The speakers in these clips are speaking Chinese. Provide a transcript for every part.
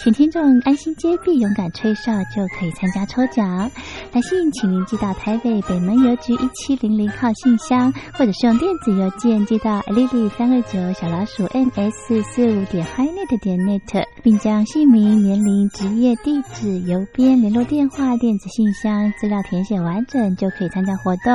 请听众安心接币，勇敢吹哨就可以参加抽奖。来信请您寄到台北北门邮局一七零零号信箱，或者是用电子邮件寄到 lily 三二九小老鼠 ms 四五点 hinet 点 net，并 E 将姓名、年龄、职业、地址、邮编、联络电话、电子信箱资料填写完整，就可以参加活动。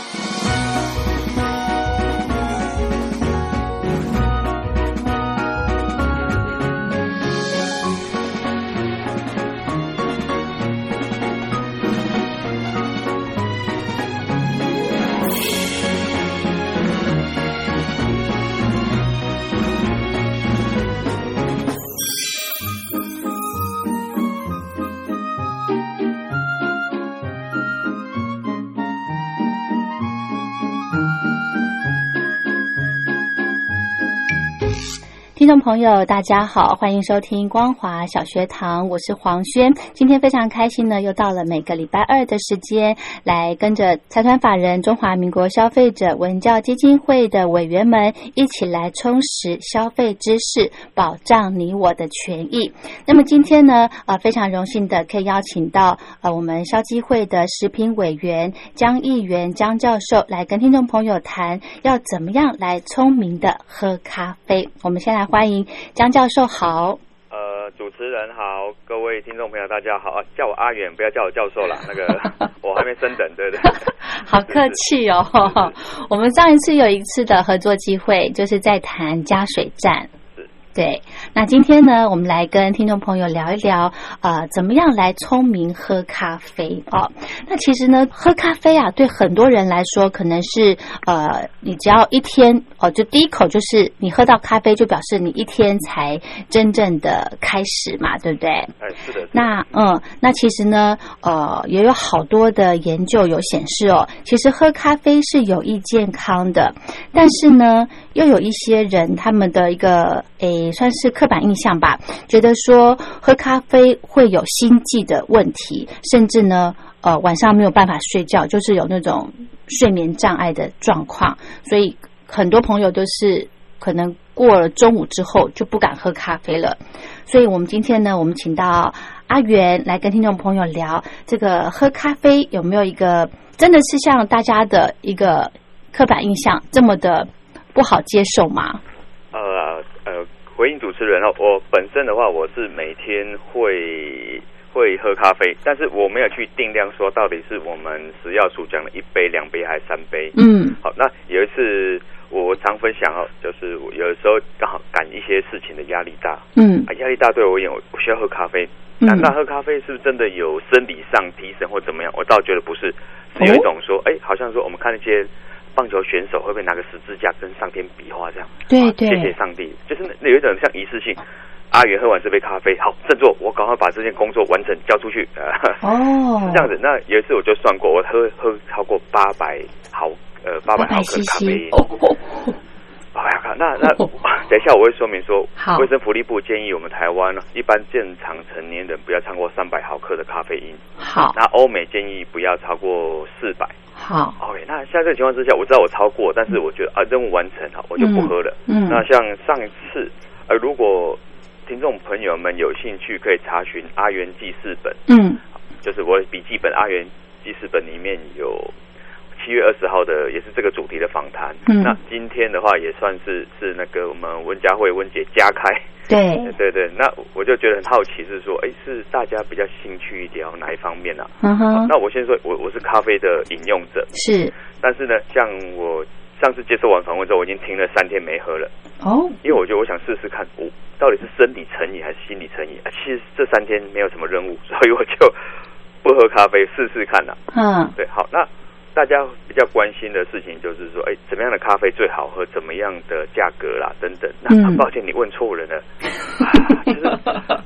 听众朋友，大家好，欢迎收听光华小学堂，我是黄轩。今天非常开心呢，又到了每个礼拜二的时间，来跟着财团法人中华民国消费者文教基金会的委员们一起来充实消费知识，保障你我的权益。那么今天呢，呃，非常荣幸的可以邀请到呃我们消基会的食品委员江议员江教授来跟听众朋友谈要怎么样来聪明的喝咖啡。我们先来。欢迎江教授好，呃，主持人好，各位听众朋友大家好，啊叫我阿远，不要叫我教授啦，那个我还没升等，对 不对？好客气哦，我们上一次有一次的合作机会，就是在谈加水站。对，那今天呢，我们来跟听众朋友聊一聊，呃，怎么样来聪明喝咖啡哦。那其实呢，喝咖啡啊，对很多人来说，可能是呃，你只要一天哦，就第一口就是你喝到咖啡，就表示你一天才真正的开始嘛，对不对？哎，是的。是的那嗯，那其实呢，呃，也有好多的研究有显示哦，其实喝咖啡是有益健康的，但是呢，又有一些人他们的一个诶。也算是刻板印象吧，觉得说喝咖啡会有心悸的问题，甚至呢，呃，晚上没有办法睡觉，就是有那种睡眠障碍的状况。所以很多朋友都是可能过了中午之后就不敢喝咖啡了。所以我们今天呢，我们请到阿元来跟听众朋友聊这个喝咖啡有没有一个真的是像大家的一个刻板印象这么的不好接受吗？呃呃。回应主持人哦，我本身的话，我是每天会会喝咖啡，但是我没有去定量说到底是我们食药署讲的一杯、两杯还是三杯。嗯，好，那有一次我常分享哦，就是有时候刚好赶一些事情的压力大，嗯，啊，压力大对我而言，我需要喝咖啡。难道喝咖啡是不是真的有生理上提神或怎么样？我倒觉得不是，是有一种说，哎、哦，好像说我们看那些。棒球选手会不会拿个十字架跟上天比划这样？对对、啊，谢谢上帝，就是有一种像仪式性。啊阿元喝完这杯咖啡，好振作，我赶快把这件工作完成交出去。哦， 是这样子。那有一次我就算过，我喝喝超过八百毫呃八百毫克咖啡因。哎呀、哦，那那等一下我会说明说，卫生福利部建议我们台湾一般正常成年人不要超过三百毫克的咖啡因。 好，那欧美建议不要超过四百。好，OK，那像这个情况之下，我知道我超过，但是我觉得啊，任务完成好，我就不喝了。嗯嗯，嗯那像上一次，呃，如果听众朋友们有兴趣，可以查询阿元记事本。嗯，就是我的笔记本阿元记事本里面有七月二十号的，也是这个主题的访谈。嗯那今天的话也算是是那个我们温佳慧温姐加开，对， 对对。那我就觉得很好奇，是说，哎，是大家比较兴趣一点哦哪一方面呢、嗯好哼，那我先说，我我是咖啡的饮用者，是但是呢，像我上次接受完访问之后，我已经停了三天没喝了，哦，因为我觉得我想试试看，我到底是生理成瘾还是心理成瘾、啊。其实这三天没有什么任务，所以我就不喝咖啡试试看啦、啊嗯对，好，那大家比较关心的事情就是说，哎，怎么样的咖啡最好喝？怎么样的价格啦，等等。那、嗯很抱歉，你问 错人了。啊就是，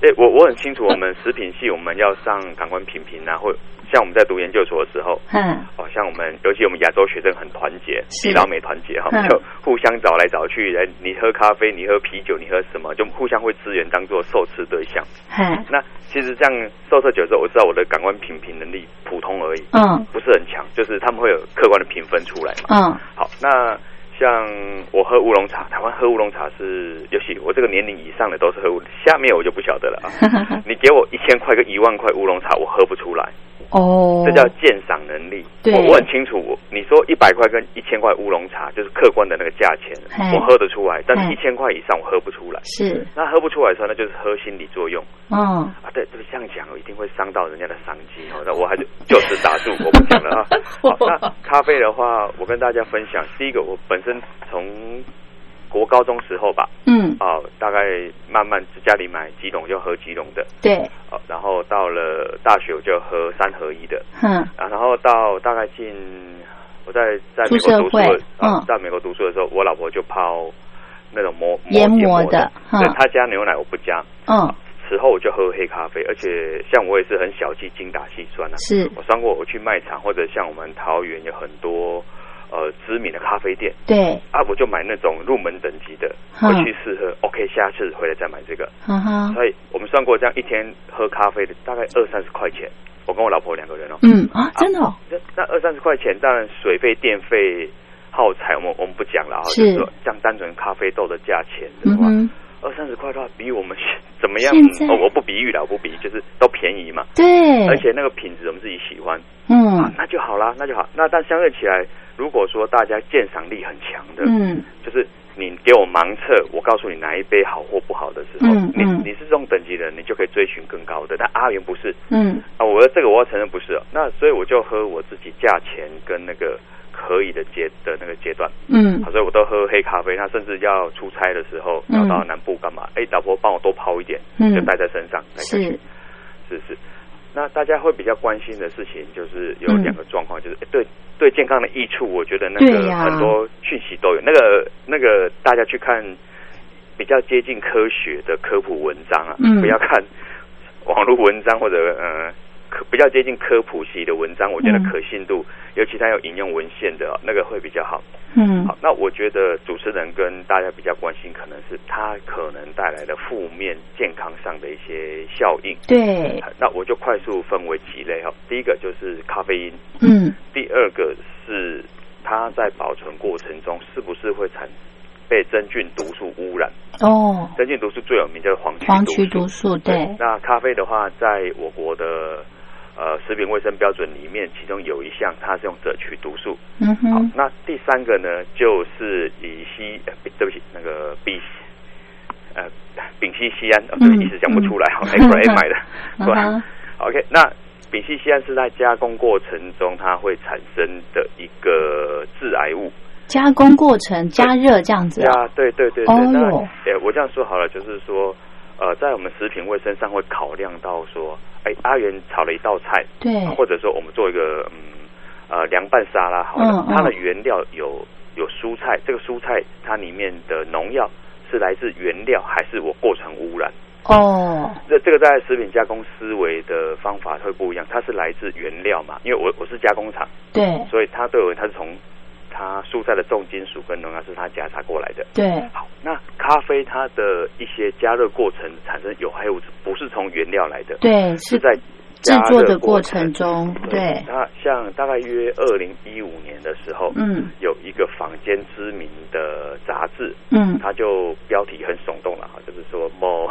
哎，我我很清楚，我们食品系我们要上感官品评啊，或像我们在读研究所的时候，嗯，哦，像我们，尤其我们亚洲学生很团结，是比老美团结哈，嗯就互相找来找去，哎，你喝咖啡，你喝啤酒，你喝什么，就互相会支援当做受吃对象。嗨，那其实这样受测久了之后，我知道我的感官品评能力普通而已，嗯不是很强，就是他们会有客观的评分出来嘛。嗯 好，那像我喝乌龙茶，台湾喝乌龙茶是，尤其我这个年龄以上的都是喝乌，下面我就不晓得了 啊。你给我一千块跟一万块乌龙茶，我喝不出来。哦，这叫鉴赏能力。对我我很清楚，我你说一百块跟一千块乌龙茶就是客观的那个价钱嘿，我喝得出来，但嘿是一千块以上我喝不出来。是那喝不出来的时候，那就是喝心理作用嗯。啊！对，这个这样讲一定会伤到人家的商机哦。那我还是就此打住，我不讲了 啊。好，那咖啡的话，我跟大家分享，第一个，我本身从国高中时候吧，嗯，啊，大概慢慢家里买几桶就喝几桶的，对，啊，然后到了大学我就喝三合一的，哼，啊，然后到大概进我在在出美国社读书会的，啊嗯在美国读书的时候，我老婆就泡那种磨研磨磨的的，嗯对，她加牛奶我不加，嗯，此后我就喝黑咖啡，而且像我也是很小气，精打细算啊。是我算过，我去卖场或者像我们桃园有很多呃知名的咖啡店对，啊，我就买那种入门等级的嗯回去试喝，OK，下次回来再买这个。哈哈，所以我们算过，这样一天喝咖啡的大概二三十块钱，我跟我老婆两个人哦。嗯啊，真的哦，那那二三十块钱，当然水费、电费、耗材，我们我们不讲了啊，是就是说这样单纯咖啡豆的价钱的嗯话，哼，二三十块的话，比我们怎么样现？在哦，我不比喻了，我不比喻，就是都便宜嘛，对，而且那个品质我们自己喜欢，啊嗯，那就好啦，那就好。那但相对起来，如果说大家鉴赏力很强的，嗯，就是你给我盲测，我告诉你哪一杯好或不好的时候，嗯你嗯你是这种等级的人，你就可以追寻更高的。但阿元不是，嗯，啊，我这个我要承认不是哦，那所以我就喝我自己价钱跟那个可以的阶的那个阶段，嗯啊，，所以我都喝黑咖啡。那甚至要出差的时候，嗯要到南部干嘛？哎、老婆帮我多泡一点，嗯就带在身上。带下去是，是是。那大家会比较关心的事情就是有嗯两个状况，就是哎对对健康的益处，我觉得那对个呀很多讯息都有。那个那个大家去看比较接近科学的科普文章啊，嗯不要看网络文章或者呃科比较接近科普系的文章，我觉得嗯可信度，尤其它有引用文献的、哦那个会比较好。嗯好，那我觉得主持人跟大家比较关心，可能是它可能带来的负面健康上的一些效应。对，那我就快速分为几类哈、第一个就是咖啡因，嗯第二个是它在保存过程中是不是会产被真菌毒素污染？哦，真菌毒素最有名就是黄曲黄曲毒毒素。素，对，那咖啡的话，在我国的呃食品卫生标准里面，其中有一项它是用赭曲毒素。嗯好哼，，那第三个呢，就是乙烯，呃，不对不起，那个丙烯，呃，丙烯酰胺，哦，对，嗯一时讲不出来，好、嗯 哎，果然也买的，嗯果然哼， OK，那丙烯酰胺是在加工过程中它会产生的一个致癌物。加工过程加热这样子啊，啊，对对对对。哦那哟诶，我这样说好了，就是说，呃，在我们食品卫生上会考量到说，哎，阿元炒了一道菜，对，或者说我们做一个嗯呃凉拌沙拉好了，嗯嗯它的原料有有蔬菜，这个蔬菜它里面的农药是来自原料还是我过程污染？哦，这这个在食品加工思维的方法会不一样，它是来自原料嘛，因为我我是加工厂，对所以它对我它是从它蔬菜的重金属跟农药是它夹杂过来的。对，好，那咖啡它的一些加热过程产生有害物质，不是从原料来的，对，是是在制加作热的过程程。中，对，那像大概约二零一五年的时候，嗯有一个坊间知名的杂志，嗯，它就标题很耸 动了哈，就是说某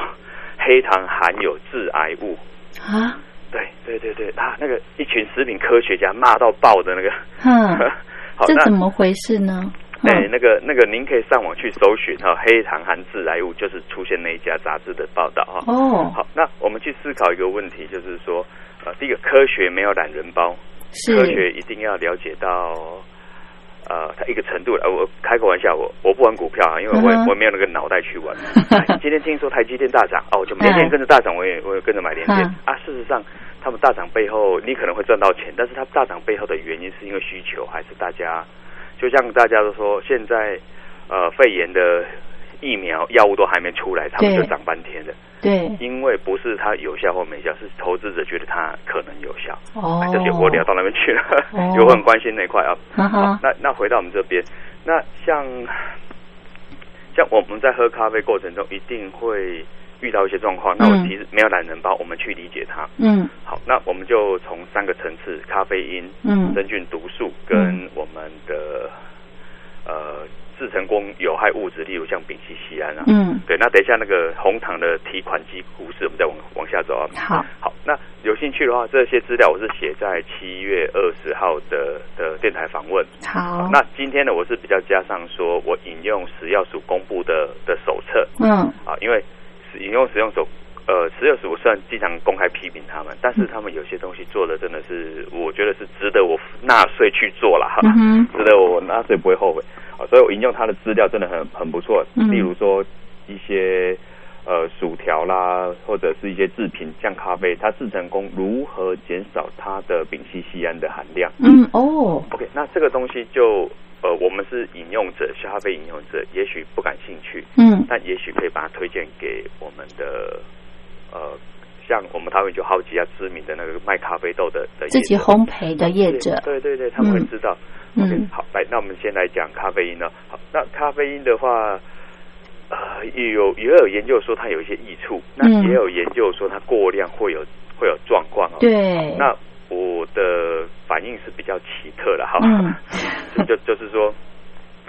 黑糖含有致癌物，啊，对，对对对，啊，那个一群食品科学家骂到爆的那个，嗯， 好，这那怎么回事呢？对，嗯那个那个，您可以上网去搜寻哈，黑糖含致癌物就是出现那一家杂志的报道哈。哦，好，那我们去思考一个问题，就是说，呃，第一个科学没有懒人包，科是学一定要了解到，呃，它一个程度了。呃我开个玩笑，我我不玩股票啊，因为我也、嗯哼我没有那个脑袋 去玩。哎今天听说台积电大涨，哦，我就每天嗯跟着大涨，我也我也跟着买连电、嗯啊。事实上，他们大涨背后，你可能会赚到钱，但是它大涨背后的原因是因为需求，还是大家就像大家都说，现在呃肺炎的疫苗药物都还没出来，他们对就涨半天了。对因为不是它有效或没效，是投资者觉得它可能有效。哦哎，这些我聊到那边去了，哦 因为我很关心那一块啊。哈好哈，，那那回到我们这边，那像像我们在喝咖啡过程中一定会遇到一些状况，那我嗯其实没有懒人包，我们去理解它。嗯好，那我们就从三个层次：咖啡因、嗯真菌毒素跟我们的呃制成工有害物质，例如像丙烯酰胺啊。嗯，对，那等一下那个红糖的提款机故事，我们再往往下走啊。好，好，那有兴趣的话，这些资料我是写在七月二十号的的电台访问。好，那今天呢，我是比较加上说我引用食药署公布的的手册嗯啊，因为使引用食用手呃食药署虽然经常公开批评他们，但嗯是他们有些东西做的真的是，我觉得是值得我纳税去做了哈。嗯哼，值得我纳税不会后悔啊，所以我引用他的资料真的很很不错，嗯例如说一些呃薯条啦，或者是一些制品，像咖啡，它制成功如何减少它的丙烯酰胺的含量。嗯哦， OK，那这个东西就呃我们是饮用者，消费饮用者，也许不感兴趣，嗯但也许可以把它推荐给我们的呃。像我们台湾就好几家知名的那个卖咖啡豆的的业自己者烘焙的业者，对对对，他们会嗯知道。嗯 OK，好，来，那我们先来讲咖啡因呢。好，那咖啡因的话，呃，也有也有研究说它有一些益处，那嗯也有研究说它过量会有会有状况哦。，对，那我的反应是比较奇特的哈，嗯 就就就是说。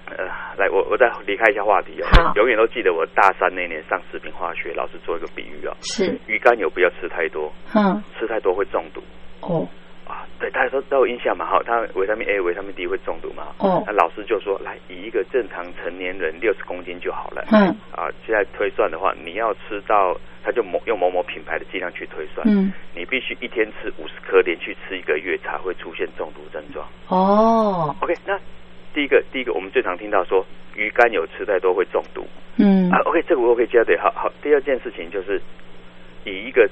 呃，来，我我再离开一下话题哦好。永远都记得我大三那年上食品化学，老师做一个比喻哦，是，鱼肝油不要吃太多，嗯吃太多会中毒。哦啊，对，大家都都有印象嘛，哈，它维他命 A、维他命 D 会中毒嘛。哦那老师就说，来以一个正常成年人六十公斤就好了。嗯啊，现在推算的话，你要吃到，他就某用某某品牌的剂量去推算，嗯你必须一天吃五十颗，连续吃一个月才会出现中毒症状。哦 OK，那第一个，第一个我们最常听到说鱼肝油吃太多会中毒、嗯啊。OK，这个我可以接对，好好。第二件事情就是以一个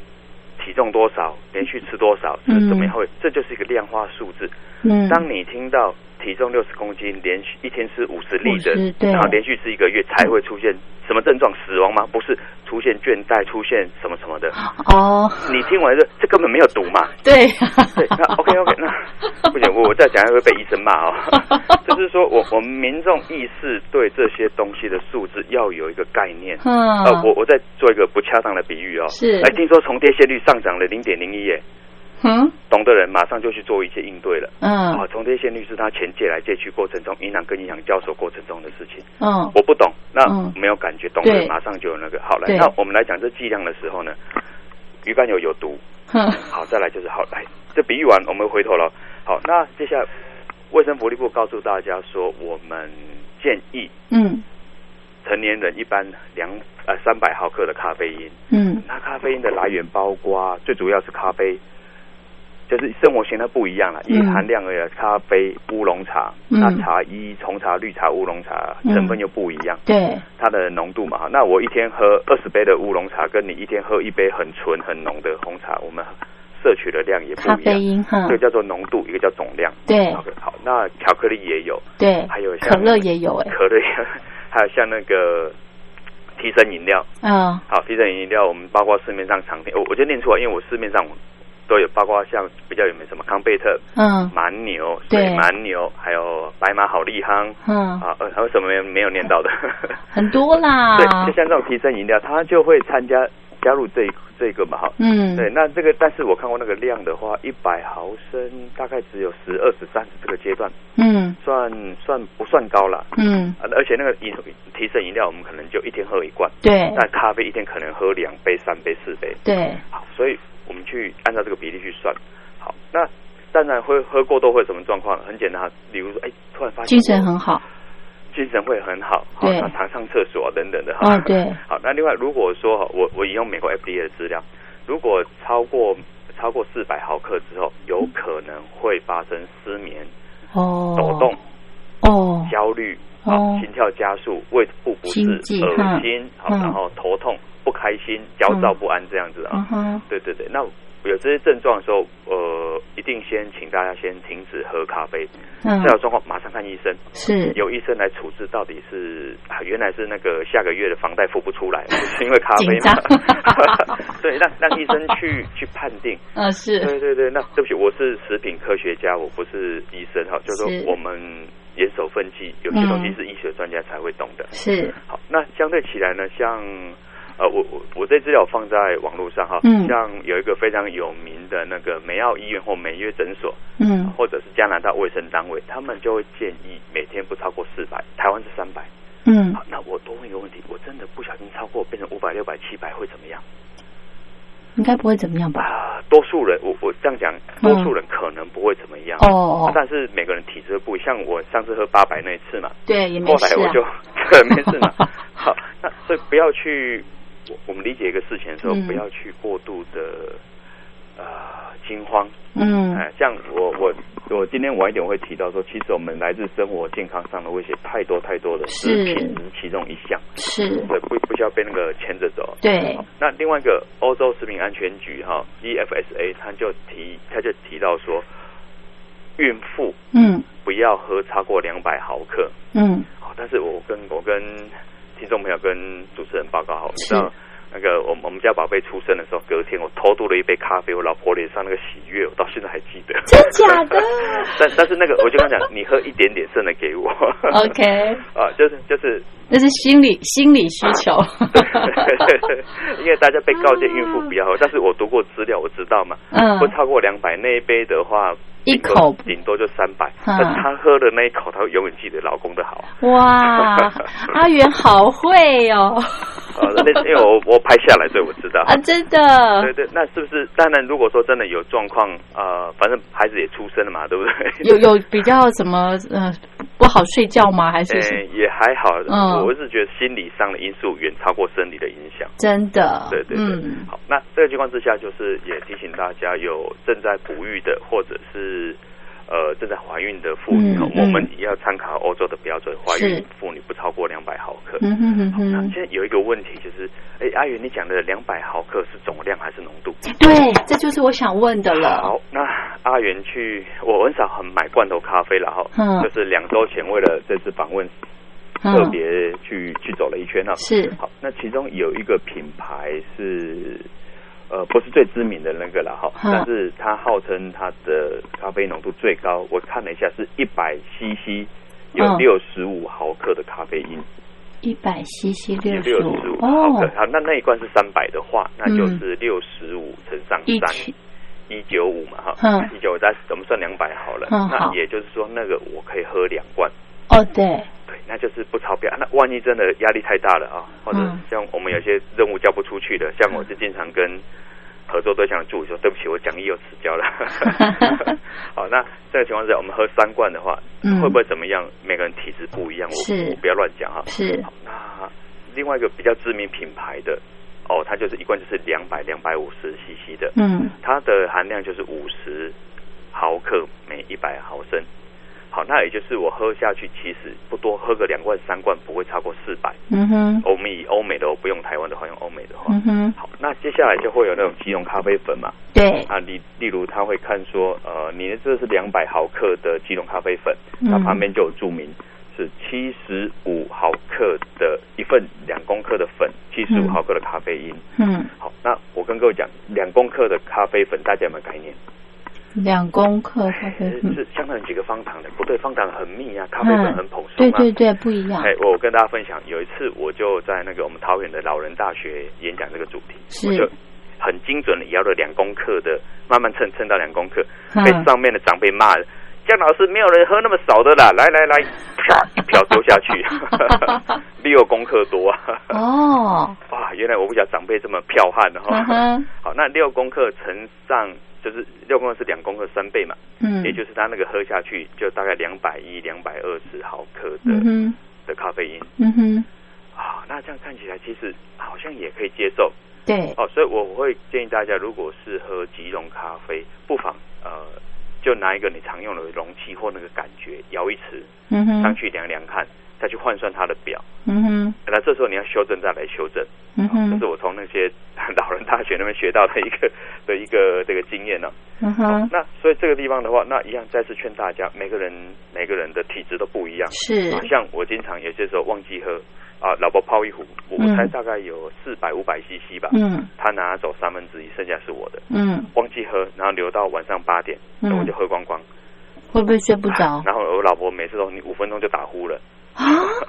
体重多少，连续吃多少，吃怎么样会，这就是一个量化数字。嗯当你听到体重六十公斤，连续一天吃五十粒的50，对然后连续吃一个月，才会出现什么症状？死亡吗？不是，出现倦怠，出现什么 什么的。哦你听完这这根本没有毒嘛？对 对，那 OK OK，那不行，我我再讲会被医生骂 哦。就是说我我们民众意识对这些东西的数字要有一个概念。嗯呃，我我再做一个不恰当的比喻哦。是哎，听说重叠斜率上涨了零点零一耶，嗯懂的人马上就去做一些应对了。啊，嗯重叠现率是他钱借来借去过程中，银行跟银行交手过程中的事情，嗯啊我不懂，那嗯没有感觉，懂了对马上就有那个。好来，对那我们来讲这剂量的时候呢，鱼肝油有毒，哼好，再来就是好来，这比喻完我们回头了。好，那接下来卫生福利部告诉大家说，我们建议嗯成年人一般两呃三百毫克的咖啡因，嗯那咖啡因的来源包括最主要是咖啡，就是生活形态不一样了，以嗯含量而言，咖啡、乌龙茶，嗯那茶一红茶、绿茶、乌龙茶嗯成分又不一样，对它的浓度嘛。那我一天喝二十杯的乌龙茶，跟你一天喝一杯很纯很浓的红茶，我们摄取的量也不咖一啡样。因哈一个叫做浓度，一个叫总量。对好好，那巧克力也有，对还有像可乐也有哎可乐也有， 还有像那个提神饮料。嗯好，提神饮料我们包括市面上常见，我我就念出来，因为我市面上都有，包括像比较有名什么康贝特、嗯蛮牛、对水蛮牛，还有白马好利康。嗯啊，呃还有什么没有没有念到的？很多啦 对，就像这种提神饮料，它就会参加加入这一这个嘛，哈。嗯对，那这个，但是我看过那个量的话，一百毫升大概只有十、二十、三十这个阶段，嗯算算不算高了？嗯啊而且那个饮提神饮料，我们可能就一天喝一罐，对那咖啡一天可能喝两杯、三杯、四杯。对好，所以我们去去按照这个比例去算。好，那当然会喝过多会有什么状况？很简单，比如说，哎，突然发现精神很好，精神会很好，好，对那常上厕所啊等等的。哦对，好，那另外如果说哈我我引用美国 FDA 的资料，如果超过超过四百毫克之后，有可能会发生失眠、哦，抖动、哦，焦虑、哦啊心跳加速、胃部不适心、悸恶嗯心，好，嗯然后头痛、不开心、焦躁不安这样子啊。嗯哼，对对对，那有这些症状的时候，呃，一定先请大家先停止喝咖啡。嗯再，有状况，马上看医生，是，由医生来处置。到底是啊，原来是那个下个月的房贷付不出来，是因为咖啡紧嘛张？ 对，让让医生去去判定。呃， 是，对对对，那对不起，我是食品科学家，我不是医生哈，就是是说我们严守分际，有些东西嗯是医学专家才会懂的。是，好，那相对起来呢，像呃，我我我这资料放在网络上哈，嗯像有一个非常有名的那个梅奥医院或美约诊所，嗯，或者是加拿大卫生单位，他们就会建议每天不超过四百，台湾是三百。啊嗯，好，那我多问一个问题，我真的不小心超过变成五百、六百、七百会怎么样应该不会怎么样吧？啊？多数人，我我这样讲，多数嗯人可能不会怎么样。哦哦啊，但是每个人体质不一样，像我上次喝八百那一次嘛，对，也后没来事我啊就、 对没 事嘛。好，那所以不要去，我我们理解一个事情的时候，嗯不要去过度的呃惊慌。嗯，哎，像我我我今天晚一点我会提到说，其实我们来自生活健康上的威胁太多太多了，是食品只是其中一项，是，对，不不需要被那个牵着走。对，那另外一个欧洲食品安全局哈，E EFSA，他就提他就提到说，孕妇嗯不要喝超过两百毫克。嗯，好，但是我跟我跟听众朋友跟主持人报告好，你知道那个我们我们家宝贝出生的时候，隔天我偷渡了一杯咖啡，我老婆脸上那个喜悦，我到现在还记 得。真假的但但是那个，我就跟他讲，你喝一点点剩的给我。 ？OK， 啊，就是就是，那是心理心理需 求。因为大家被告诫孕妇不要喝，但是我读过资料，我知道嘛，嗯不超过两百那一杯的话，一顶多口顶多就三百，嗯但她喝的那一口，她会永远记得老公的好。哇，阿元好会哦！呃，那是因为我我拍下来，所以我知道。啊，真的，对对，那是不是？当然，如果说真的有状况，呃，反正孩子也出生了嘛，对不对？ 有有比较什么呃不好睡觉吗？还是什么诶哎也还好，嗯我是觉得心理上的因素远超过生理的影响。真的？对对对，嗯好，那这个情况之下，就是也提醒大家，有正在哺育的，或者是呃正在怀孕的妇女，嗯嗯我们也要参考欧洲的标准，怀是孕妇女不超过两百毫克。嗯哼哼好那哼，现在有一个问题就是，哎，阿云，你讲的两百毫克是总量还是浓度？对，这就是我想问的了。好，那阿元去，我很少很买罐头咖啡了哈，嗯就是两周前为了这次访问，嗯特别去、去走了一圈哈。是好，那其中有一个品牌是，呃，不是最知名的那个了哈，嗯但是它号称它的咖啡浓度最高，我看了一下是一百 CC，有嗯六十五毫克的咖啡因，一百 CC 有六六五十五毫哦克。，好，那那一罐是三百的话，那就嗯是六十五乘上一三。起一九五嘛哈，嗯一九五再我们算两百好了，嗯好那也就是说那个我可以喝两罐，哦，对，对，那就是不超标。啊那万一真的压力太大了啊，或者嗯像我们有些任务交不出去的，像我是经常跟合作对象的助理说，对不起，我讲义又迟交了。 好，那这个情况下我们喝三罐的话，嗯会不会怎么样？每个人体质不一样，是我我不要乱讲哈。是好，那另外一个比较知名品牌的哦，它就是一罐就是两百两百五十 CC 的，嗯它的含量就是五十毫克每一百毫升。好，那也就是我喝下去，其实不多喝个两罐三罐不会超过四百。嗯哼我们以欧美的，我不用台湾的话，用欧美的话。嗯哼，好，那接下来就会有那种即溶咖啡粉嘛？对，啊，例例如他会看说，呃，你的这是两百毫克的即溶咖啡粉，嗯它旁边就有注明是七十五毫克的一份两公克的粉，七十五嗯毫克的咖啡因。嗯，好，那我跟各位讲，两公克的咖啡粉，大家有没有概念？两公克咖啡哎是嗯是相当于几个方糖的，不对，方糖很密啊，咖啡粉很蓬松啊。对对对，不一样，哎，我跟大家分享，有一次我就在那个我们桃园的老人大学演讲这个主题，是我就很精准的摇了两公克的，慢慢称称到两公克，嗯被上面的长辈骂了。江老师没有人喝那么少的啦，来 来来，啪一瓢丢下去，六公克多啊！哦，哇，原来我不晓得长辈这么剽悍的哈、嗯哼好，那六公克乘上就是六公克是两公克三倍嘛，嗯也就是他那个喝下去就大概两百一、两百二十毫克的、嗯哼，的咖啡因嗯哼，啊，那这样看起来其实好像也可以接受对，哦，所以我会建议大家，如果是喝即溶咖啡，不妨呃就拿一个你常用的容器或那个感觉摇一匙嗯上哼，去量量看，再去换算它的表。嗯哼，那这时候你要修正再来修正，哦嗯这哼是，我从那些 老人大学那边学到的一个的一个这个经验呢、哦嗯哼，那所以这个地方的话，那一样再次劝大家，每个人每个人的体质都不一样。是，啊，像我经常有些时候忘记喝啊，老婆泡一壶，我嗯猜大概有四百五百 CC 吧，嗯他拿走三分之一，剩下是我的，嗯忘记喝，然后留到晚上八点，那我嗯就，喝光光，会不会睡不着然后我老婆每次都你五分钟就打呼了。啊？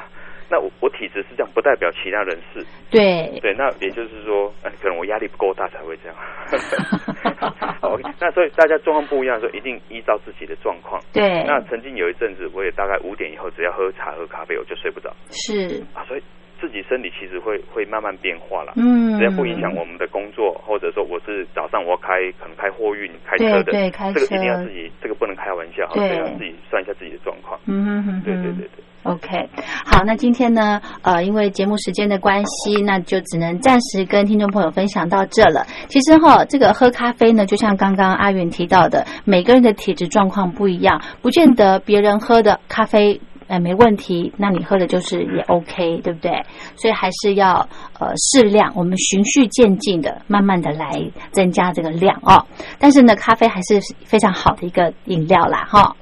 那我我体质是这样，不代表其他人是。对，对，那也就是说，呃、可能我压力不够大才会这样。 好，那所以大家状况不一样的时候，一定依照自己的状况。对，那曾经有一阵子，我也大概五点以后，只要喝茶喝咖啡，我就睡不着是，啊。所以自己身体其实会会慢慢变化啦，嗯，只要不影响我们的工作，或者说我是早上我要开可能开货运开车对的，对，开这个车一，定要自己，这个不能开玩笑，对所以要自己算一下自己的状况。嗯哼哼，对对对。对。 OK，好，那今天呢，呃，因为节目时间的关系，那就只能暂时跟听众朋友分享到这了。其实哈、这个喝咖啡呢，就像刚刚阿元提到的，每个人的体质状况不一样，不见得别人喝的咖啡。呃，没问题，那你喝的就是也 OK，对不对？所以还是要呃适量，我们循序渐进的，慢慢的来增加这个量哦。但是呢，咖啡还是非常好的一个饮料啦，哈、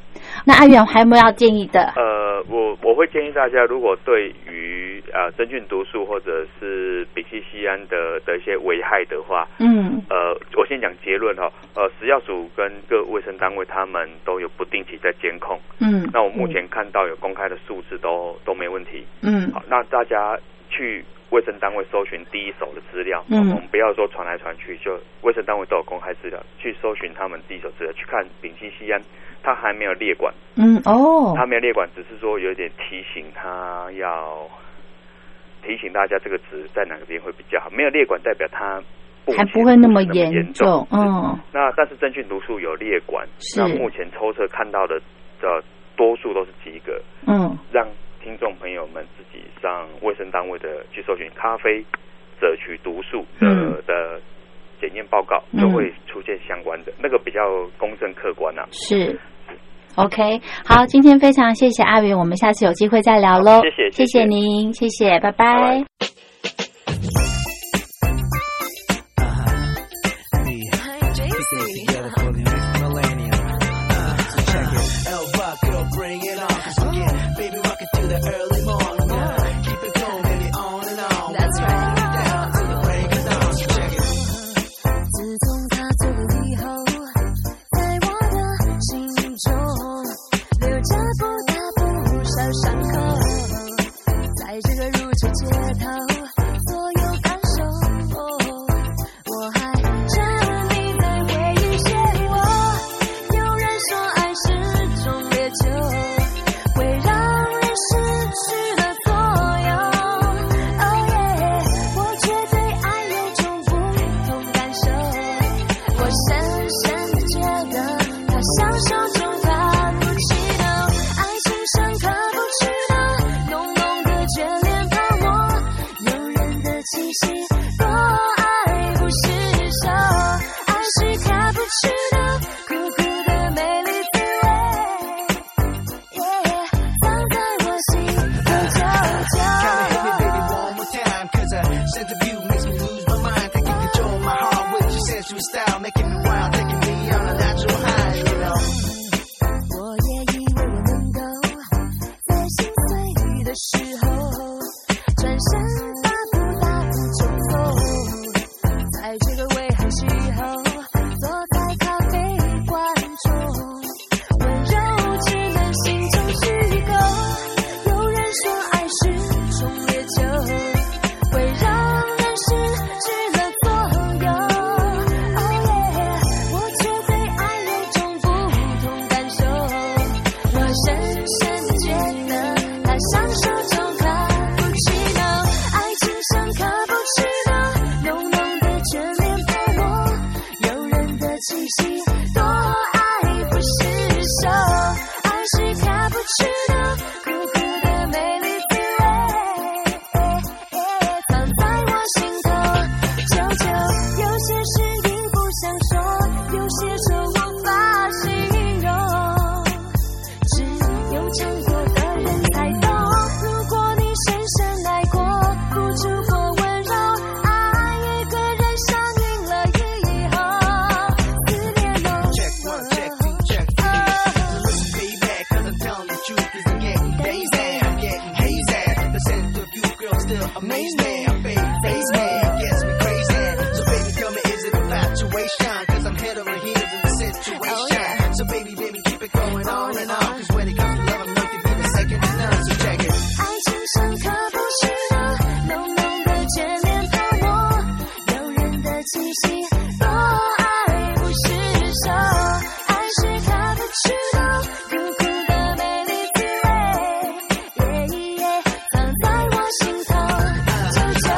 那阿元还有没有要建议的？呃，我我会建议大家，如果对于呃真菌毒素或者是丙烯酰胺的的一些危害的话，嗯，呃，我先讲结论哈、哦，呃，食药署跟各卫生单位他们都有不定期在监控，嗯，那我目前看到有公开的数字都都没问题。嗯好，那大家去卫生单位搜寻第一手的资料，嗯我们不要说传来传去，就卫生单位都有公开资料，去搜寻他们第一手资料，去看丙烯酰胺，它还没有列管。嗯哦，他没有列管，只是说有点提醒他要提醒大家这个值在哪个边会比较好。没有列管代表他目还前不会那那么严严重，嗯那但是真菌毒素有列管，是那目前抽测看到的呃多数都是及格，嗯让听众朋友们自己上卫生单位的去搜寻咖啡摄取毒素的、嗯的检验报告，嗯都会出现相关的，那个比较公正客观啊。是。OK，好，今天非常谢谢阿云，我们下次有机会再聊喽好。谢谢谢谢谢谢您，谢谢，拜拜拜拜。自从他走了以后，在我的心中留着不大不小伤口，在这个如旧街头。Oh Oh situation. Cause I'm head over heels in the situation. So baby, baby, keep it going on and on. Cause when it comes to love, I'm known to be the second to none. So check it. 爱情深刻不是那浓浓的眷恋泡沫，诱人的气息，多爱不释手。爱是它的驱动，苦苦的美丽滋味，耶耶，放在我心头，久久。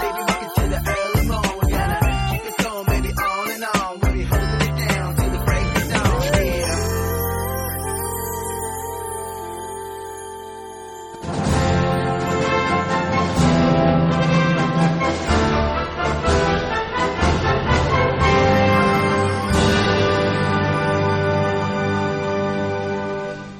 Baby, we can do the early morning. We gotta keep it going, baby, on and on. We'll be holding it down till the break of dawn. Yeah.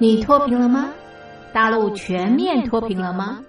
你脱贫了吗？大陆全面脱贫了吗？